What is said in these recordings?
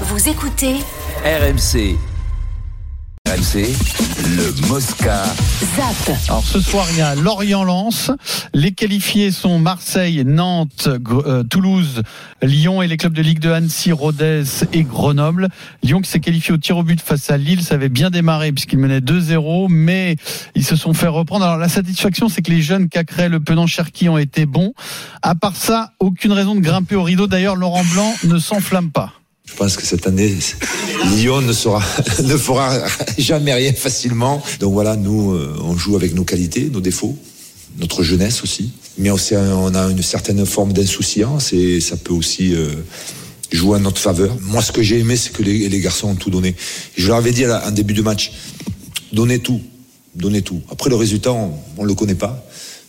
Vous écoutez RMC. RMC, le Mosca. ZAP. Alors ce soir, il y a Lorient-Lens. Les qualifiés sont Marseille, Nantes, Gr- euh, Toulouse, Lyon et les clubs de Ligue de Annecy, Rodez et Grenoble. Lyon qui s'est qualifié au tir au but face à Lille, ça avait bien démarré puisqu'il menait 2-0, mais ils se sont fait reprendre. Alors la satisfaction, c'est que les jeunes Cacré, Le Penant, Cherki ont été bons. À part ça, aucune raison de grimper au rideau. D'ailleurs, Laurent Blanc ne s'enflamme pas. Je pense que cette année, Lyon ne, sera, ne fera jamais rien facilement. Donc voilà, nous, euh, on joue avec nos qualités, nos défauts, notre jeunesse aussi. Mais on, sait- on a une certaine forme d'insouciance et ça peut aussi euh, jouer en notre faveur. Moi, ce que j'ai aimé, c'est que les, les garçons ont tout donné. Je leur avais dit à la- en début de match, donnez tout, donnez tout. Après, le résultat, on ne le connaît pas.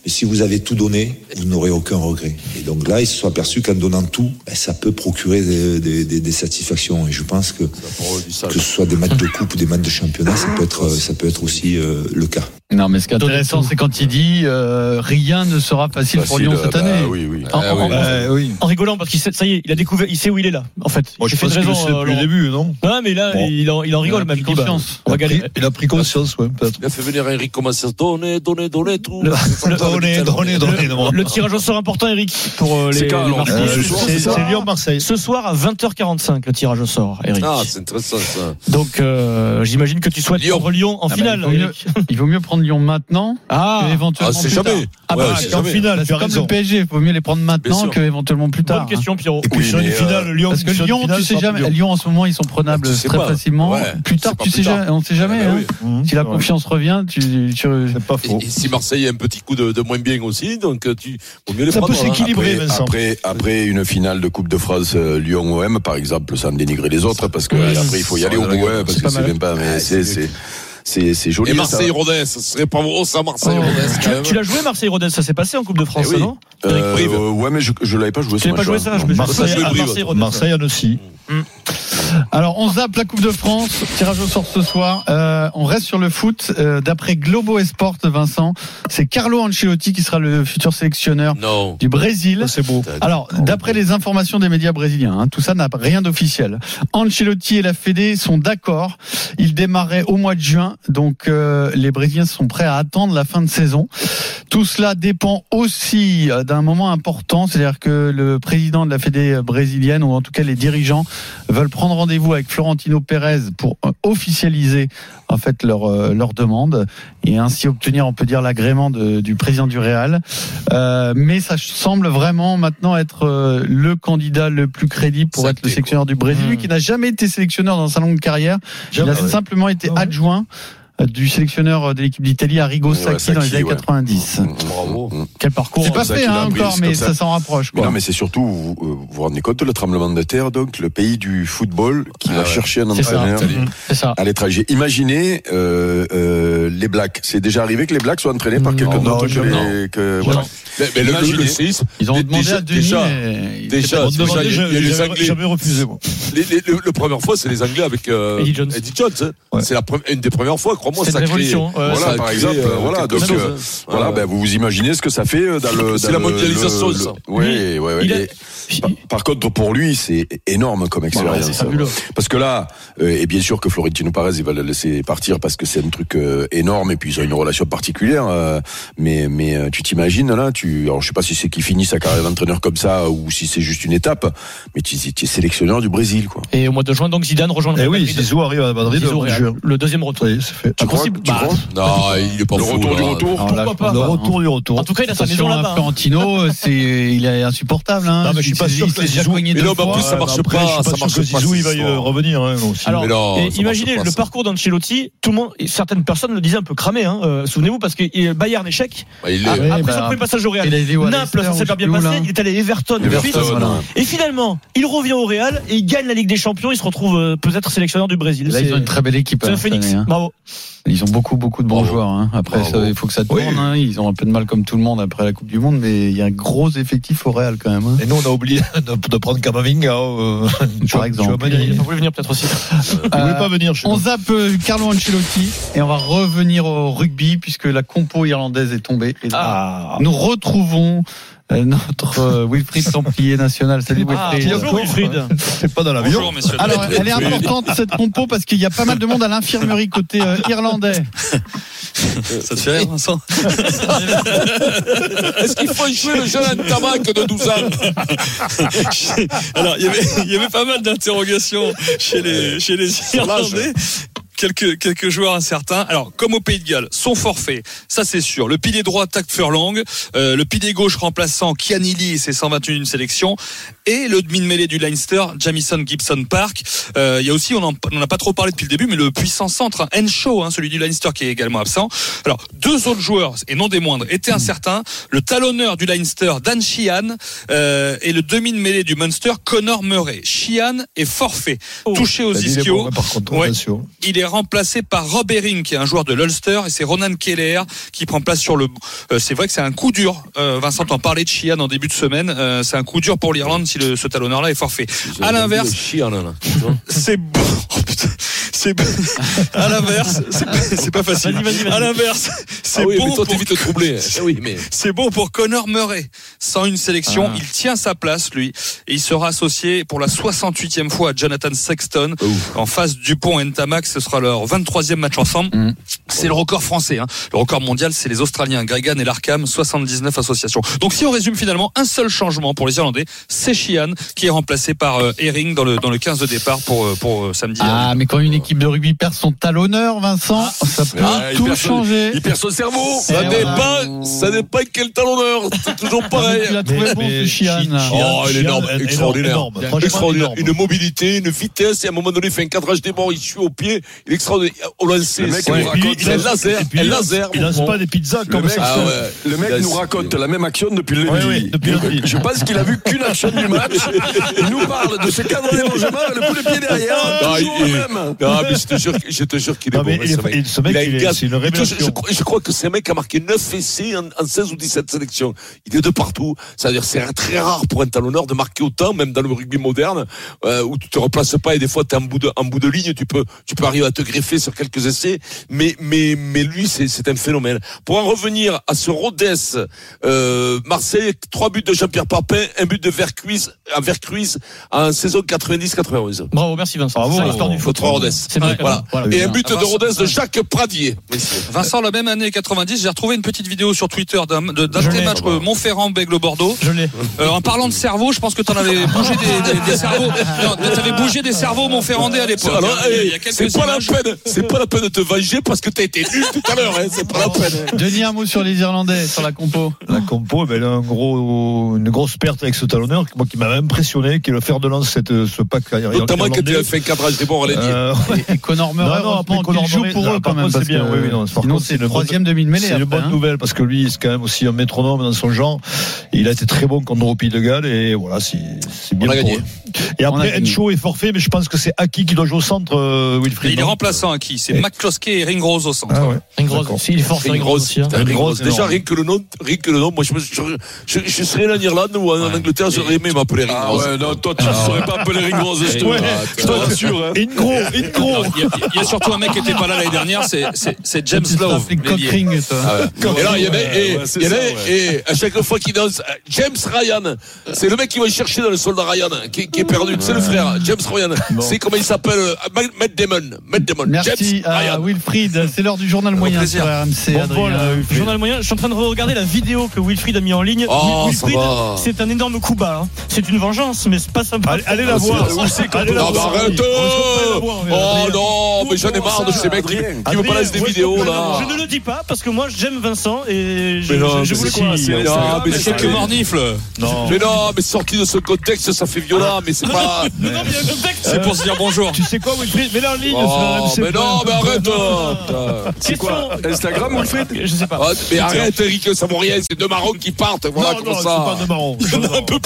Mais si vous avez tout donné, vous n'aurez aucun regret. Et donc là, ils se sont aperçus qu'en donnant tout, ben, ça peut procurer des, des- des- des satisfactions. Et je pense que Oh, que ce soit des matchs de coupe ou des matchs de championnat, ça peut être, euh, ça peut être aussi euh, le cas. Non, mais ce qui est intéressant, c'est quand il dit euh, rien ne sera facile, pour Lyon cette année. ah euh, bah oui, oui. En- en- en- Ah En rigolant parce qu'il sait, ça y est, il a découvert, il sait où il est là, en fait. Moi, il je pense qu'il le sait depuis le début, non Ouais, mais là, Bon. il, en, il en rigole Il a même. pris Il dit, bah, conscience. on va galérer. Il a pris conscience, ouais, peut-être. Il a fait venir Eric Commencer. Donnez, donnez, donnez tout. C'est ça, Donnez, le- donnez, donnez. non. Le tirage au sort important, Eric, pour euh, C'est les, quand, les alors Marseillais. Euh, ce soir, C'est- c'est ça c'est Lyon-Marseille. Ce soir à 20h45, le tirage au sort, Eric. Ah, c'est intéressant ça. Donc, euh, j'imagine que tu souhaites Lyon. prendre Lyon en Ah bah, finale. il, vaut mieux, Eric. il vaut mieux prendre Lyon maintenant Ah, que Ah, éventuellement c'est plus tard. jamais. Ah bah, Ouais, ah, c'est qu'en jamais. finale, tu as C'est comme le raison. PSG, il vaut mieux les prendre Bien maintenant sûr. que éventuellement plus tard. hein. Bonne hein. question, Pierrot. puis, euh, sur une finale, Lyon, Parce que Lyon, tu sais jamais. Lyon. en ce moment, ils sont prenables Tu sais très pas. facilement. Ouais, Plus tard, c'est pas tu plus sais tard. jamais. On ne sait jamais. Eh ben hein. oui. Si la confiance revient, tu. tu- pas Et- Et si Marseille a un petit coup de, de moins bien aussi, donc euh, tu vaut mieux les prendre. hein. après, après, après une finale de Coupe de France euh, Lyon-OM, par exemple, sans dénigrer les autres, parce que euh, Ouais, après il faut y ça aller va au dans la bout, gueule, hein, parce c'est que pas c'est mal. même pas, mais Ouais, c'est, c'est- c'est, c'est, c'est joli. Et ça. Marseille-Rodez, ce serait pas gros ça, Marseille-Rodez quand même. Tu l'as joué, Marseille-Rodez, ça s'est passé en Coupe de France, Eh oui. non Euh, Brive. ouais, mais je, je l'avais pas joué. Tu n'as pas joué ça, je me Marseille- à Brive. Marseille-Rodez. Marseille à Annecy. Alors, on zappe la Coupe de France. Tirage au sort ce soir. Euh, on reste sur le foot. Euh, D'après Globo Esport, Vincent, c'est Carlo Ancelotti qui sera le futur sélectionneur Non. du Brésil. C'est beau. Alors, d'après les informations des médias brésiliens, hein, tout ça n'a rien d'officiel. Ancelotti et la Fédé sont d'accord. Ils démarraient au mois de juin, donc euh, les Brésiliens sont prêts à attendre la fin de saison. Tout cela dépend aussi euh, d'un moment important, c'est-à-dire que le président de la Fédé brésilienne, ou en tout cas les dirigeants, veulent prendre rendez-vous avec Florentino Pérez pour euh, officialiser en fait leur euh, leur demande et ainsi obtenir, on peut dire, l'agrément de- du président du Real. Euh, mais ça semble vraiment maintenant être euh, le candidat le plus crédible pour Ça être le t'est, sélectionneur du Brésil, lui qui n'a jamais été sélectionneur dans sa longue carrière. Il a simplement été adjoint euh, du sélectionneur de l'équipe d'Italie, Arrigo Ouais, Sacchi, dans les Sacchi, années ouais. 90. Hmm. Bravo. Quel parcours C'est C'est pas ça fait qu'il a hein, appris, encore, c'est mais comme ça, ça. s'en rapproche. Mais Quoi. non, mais c'est surtout, vous euh, vous vous rendez compte, le tremblement de terre, donc le pays du football qui Ah va ouais. chercher un C'est ça. entraîneur Mmh, C'est ça. à l'étranger. Imaginez euh, euh, les Blacks. C'est déjà arrivé que les Blacks soient entraînés par Non, quelqu'un d'autre non, que non. les. Que, voilà. Mais, mais le, le, le Imaginez. séisme, Ils ont Dé- demandé déjà- à Denis. déjà- mais il s'est déjà, pas c'est demandé. déjà, il y a- il y a les J'avais Anglais. j'avais refusé, moi. Les, les, le, le première fois, c'est les Anglais avec euh, Eddie Jones. hein. C'est la pre- une des premières fois, crois-moi, C'est ça une crée- révolution, hein. Ouais, ça Voilà, a par créé, exemple, euh, voilà, quelque donc, chose, euh, hein. Voilà, ben, vous vous imaginez ce que ça fait euh, dans le. C'est la dans le- mondialisation, ça. Oui, oui, oui. Il a- Et par- Par contre, pour lui, c'est énorme Bah, comme expérience. c'est fabuleux. Parce que là, euh, et bien sûr que Florentino Pérez, il va le laisser partir parce que c'est un truc euh, énorme et puis ils ont une relation particulière. euh, mais mais euh, tu t'imagines là, tu, alors je sais pas si c'est qui finit sa carrière d'entraîneur comme ça ou si c'est juste une étape, mais tu, tu es sélectionneur du Brésil, quoi. Et au mois de juin, donc Zidane rejoindra Eh le oui, Madrid. Zizou arrive à Madrid Zizou, au mois de Real. juin. le deuxième retour. Ça y est, c'est fait. Tu crois, Impossible. tu Bah, crois ben, Non, il est pas Le fou, retour du là. retour. Ah, Alors là, Pourquoi pas Ah, Le hein. retour du retour. En tout cas, il a sa maison Attention, là-bas. hein. Florentino, c'est il est insupportable. Hein. bah, Non, mais je suis pas sûr Il que s'est déjà Zizou- cogné Mais deux non, mais en fois. plus, ça Ouais, marche mais après, pas, je suis ça sûr marche que pas, Zizou, cette il va y euh, histoire. revenir. hein, non, si. Alors, Mais non, et ça imaginez marche pas, le ça. parcours d'Ancelotti. Tout le monde, et certaines personnes le disaient un peu cramé. Hein. euh, Souvenez-vous, parce que euh, Bayern échec. Bah, il est- Ah, ouais. après bah, son premier passage au Real, il a été où, à Naples, ça Leicester, s'est ou pas bien je sais plus où, passé. là. Il est allé à Everton. Everton, ensuite. voilà. Et finalement, il revient au Real et il gagne la Ligue des Champions. Il se retrouve euh, peut-être sélectionneur du Brésil. Là, C'est- ils ont une très belle équipe. c'est hein, un cette phénix. année, hein. Bravo. Ils ont beaucoup, beaucoup de bons Bravo. joueurs. hein. Après, Bravo. ça, il faut que ça tourne. hein. Ils ont un peu de mal comme tout le monde après la Coupe du Monde, mais il y a un gros effectif au Real quand même. hein. Et nous, on a oublié de, de prendre Kamavinga. euh, tu vois, exemple. tu vois, Il Madrid. il pouvait venir peut-être aussi. Il Euh, voulait pas venir chez on nous. zappe euh, Carlo Ancelotti et on va revenir au rugby puisque la compo irlandaise est tombée. Et Ah. Nous retrouvons euh, notre euh, Wilfried Templier national. Salut Ah, Ah, Wilfried. euh, Wilfried. C'est pas dans l'avion. Bonjour, messieurs. Ah, Alors, elle est importante cette compo parce qu'il y a pas mal de monde à l'infirmerie côté euh, irlandais. Ça te fait rire, Vincent Est-ce qu'il faut jouer le jeune tabac de 12 ans Alors, il y avait, il y avait pas mal d'interrogations chez les, chez les Irlandais. Quelques, quelques joueurs incertains. Alors, comme au Pays de Galles, son forfait, ça c'est sûr. Le pilier droit, Tact Furlong. euh, le pilier gauche remplaçant Kianili et ses 121 sélections. Et le demi-mêlée du Leinster, Jamison Gibson Park. Euh, il y a aussi, on n'en on en a pas trop parlé depuis le début, mais le puissant centre, hein, Enshaw, hein, celui du Leinster qui est également absent. Alors, deux autres joueurs, et non des moindres, étaient incertains. Le talonneur du Leinster, Dan Sheehan, euh, et le demi de mêlée du Munster, Connor Murray. Sheehan est forfait, touché aux T'as dit les ischios. bons, par contre, Ouais. attention. Il est remplacé par Rob Herring, qui est un joueur de l'Ulster, et c'est Ronan Keller qui prend place sur le. Euh, c'est vrai que c'est un coup dur. Euh, Vincent en parlait de Sheehan en début de semaine. Euh, c'est un coup dur pour l'Irlande si le- ce talonneur-là est forfait. À l'inverse, c'est bon. Oh, putain. C'est bon. À l'inverse, c'est pas, c'est pas facile. À l'inverse, c'est Ah oui, bon mais toi, t'es pour vite troublé. Eh oui, mais. c'est bon pour Connor Murray. Sans une sélection, il tient sa place, lui. Et il sera associé pour la 68e fois à Jonathan Sexton. En face Dupont et Ntamak, ce sera leur 23e match ensemble. C'est le record français. hein. Le record mondial, c'est les Australiens, Gregan et Larkham, 79 associations. Donc si on résume finalement, un seul changement pour les Irlandais, c'est Sheehan qui est remplacé par euh, Herring dans le, dans le 15 de départ pour, euh, pour euh, samedi. Ah, mais quand une équipe de rugby perd son talonneur, Vincent, ça peut Ah, il tout perd son- changer. Il perd son cerveau. Eh, Ça voilà. n'est pas, ça n'est pas quel talonneur. C'est toujours pareil. Tu l'as trouvé bon, ce Chian. Oh, il est énorme, extraordinaire. Extraordinaire. Une mobilité, une vitesse, et à un moment donné, il fait un cadrage des bords, il suit au pied, il est extraordinaire. Au lancer, Le mec, c'est il il, nous raconte- est laser, Et puis, il est laser. Il mon lance grand. pas des pizzas Le comme mec, ça. Ah ouais. le mec Il a- nous raconte la même action depuis le Ouais, début. ouais, depuis le début. Je pense qu'il a vu qu'une action du match. Il nous parle de ce cadre d'élongement et le coup de pied derrière. Non, toujours Bah, il- le même. Non, mais je te jure, que- je te jure qu'il est Non, bon. mais hein, il est- ce mec. et ce mec, a il une est- classe. c'est une Je- je, révélation. crois- je crois que ce mec a marqué 9 essais en, en 16 ou 17 sélections. Il est de partout. C'est-à-dire, c'est un- très rare pour un talonneur de marquer autant, même dans le rugby moderne, euh, où tu te replaces pas et des fois t'es en bout de, en bout de ligne, tu peux, tu peux arriver à te greffer sur quelques essais. Mais, mais, mais lui, c'est, c'est un phénomène. Pour en revenir à ce Rodez, euh, Marseille, trois buts de Jean-Pierre Papin, un but de Vercuis, à Vercuis, en saison 90-91. Bravo, merci Vincent. Bravo. Ah, C'est ça, l'histoire du foot. Faut trois Rodez. C'est vrai. Voilà. Voilà. Et un but de Vincent- Rodez de Jacques Pradier. Vincent, la même année 90, j'ai retrouvé une petite vidéo sur Twitter d'un de- d'un Je des l'ai. matchs euh, Montferrand, Bègle, Bordeaux. Je l'ai. Euh, en parlant de cerveau, je pense que t'en avais bougé des, des- des cerveaux. Non, t'avais bougé des cerveaux Montferrandais à l'époque. Alors, Il y a- il hey, y a quelques c'est pas la images. peine, c'est pas la peine de te venger parce que t'as été nul tout à l'heure, hein, c'est pas la peine. Denis, un mot sur les Irlandais, sur la compo. La compo, ben, elle a un gros, une grosse perte avec ce talonneur, moi, qui m'avait impressionné, qui est le fer de lance, cette, ce pack. Notamment quand tu irlandais. as fait un cadrage des bons à l'ennemi. Euh, Et Connor Murray, Non, non, après, heureusement qu'il Connor joue Murray, pour là, eux par quand même. contre, parce c'est bien, que oui, oui, non, par sinon, contre, c'est c'est le une bonne- troisième hein. demi-mêlée. C'est une hein. bonne nouvelle parce que lui, c'est quand même aussi un métronome dans son genre. Et il a été très bon contre au Pays de Galles et voilà, c'est c'est bien. On a pour gagné. eux. Et On a après, gagné. Encho est forfait, mais je pense que c'est Aki qui doit jouer au centre, euh, Wilfried. Et il est non remplaçant à qui C'est Et- McCloskey et Ring Rose au centre. Ah ouais. Ringrose. D'accord. Si, il est fort sur Ringrose, Ringrose aussi. hein. putain, Ringrose. Ringrose, Déjà, énorme. rien que le nom, rien que le nom, moi je, me- je- je- je serais là en Irlande ou en Angleterre, j'aurais aimé m'appeler Ah Ringrose. ouais, non, toi, tu ne saurais pas appeler Ringrose, je te Ouais. je te rassure. hein. Ingro, Ingro. Non, Il y, a- il y a surtout un mec qui était pas là l'année dernière, c'est- c'est c'est James Love. Les Ah l'ailier. Cockring, toi. Et là, il y avait, Ouais, et, ouais, c'est il y avait, ça, et à chaque fois qu'il danse, euh, James Ryan, c'est le mec qui va chercher dans le soldat Ryan, qui, qui est perdu, c'est le frère, James Ryan. C'est comment il s'appelle, euh, Matt Matt Damon, Matt Damon, Merci ah James à Ryan. Wilfried. C'est l'heure du journal moyen sur plaisir. RMC. Bon Adrien. bol, euh, journal moyen. Je suis en train de regarder la vidéo que Wilfried a mis en ligne. Oh, ça Wilfried, va. c'est un énorme coup bas. hein. C'est une vengeance, mais c'est pas sympa. Allez, allez la C'est voir. pas Où sympa. c'est qu'on Allez peut la Non, mais voir voir. Ah, bah, arrête On se prend à la voir, Oh Adrien. non, mais j'en ai marre de ces mecs qui, qui me Adrien, balancent des ouais, vidéos là. Je ne le dis pas parce que moi j'aime Vincent et je, Mais non, je- je mais voulais si, qu'on mais non, Instagram, mais mais c'est Quelques quelques que- morts. mornifles. Non. Mais non, mais sorti de ce contexte, ça fait violent, mais c'est pas. Non, non, mais il y a un texte. C'est pour se dire bonjour. Tu sais quoi, Wilfried Mets-la en ligne. Euh, Oh, sur RMC. mais non, mais arrête! Ah, oh, putain. C'est quoi Instagram, Wilfried Je sais pas. Ah, mais arrête, Eric, ça vaut rien, c'est deux marrons qui partent, voilà non, non, comment c'est ça. pas de marron. J'en ai un peu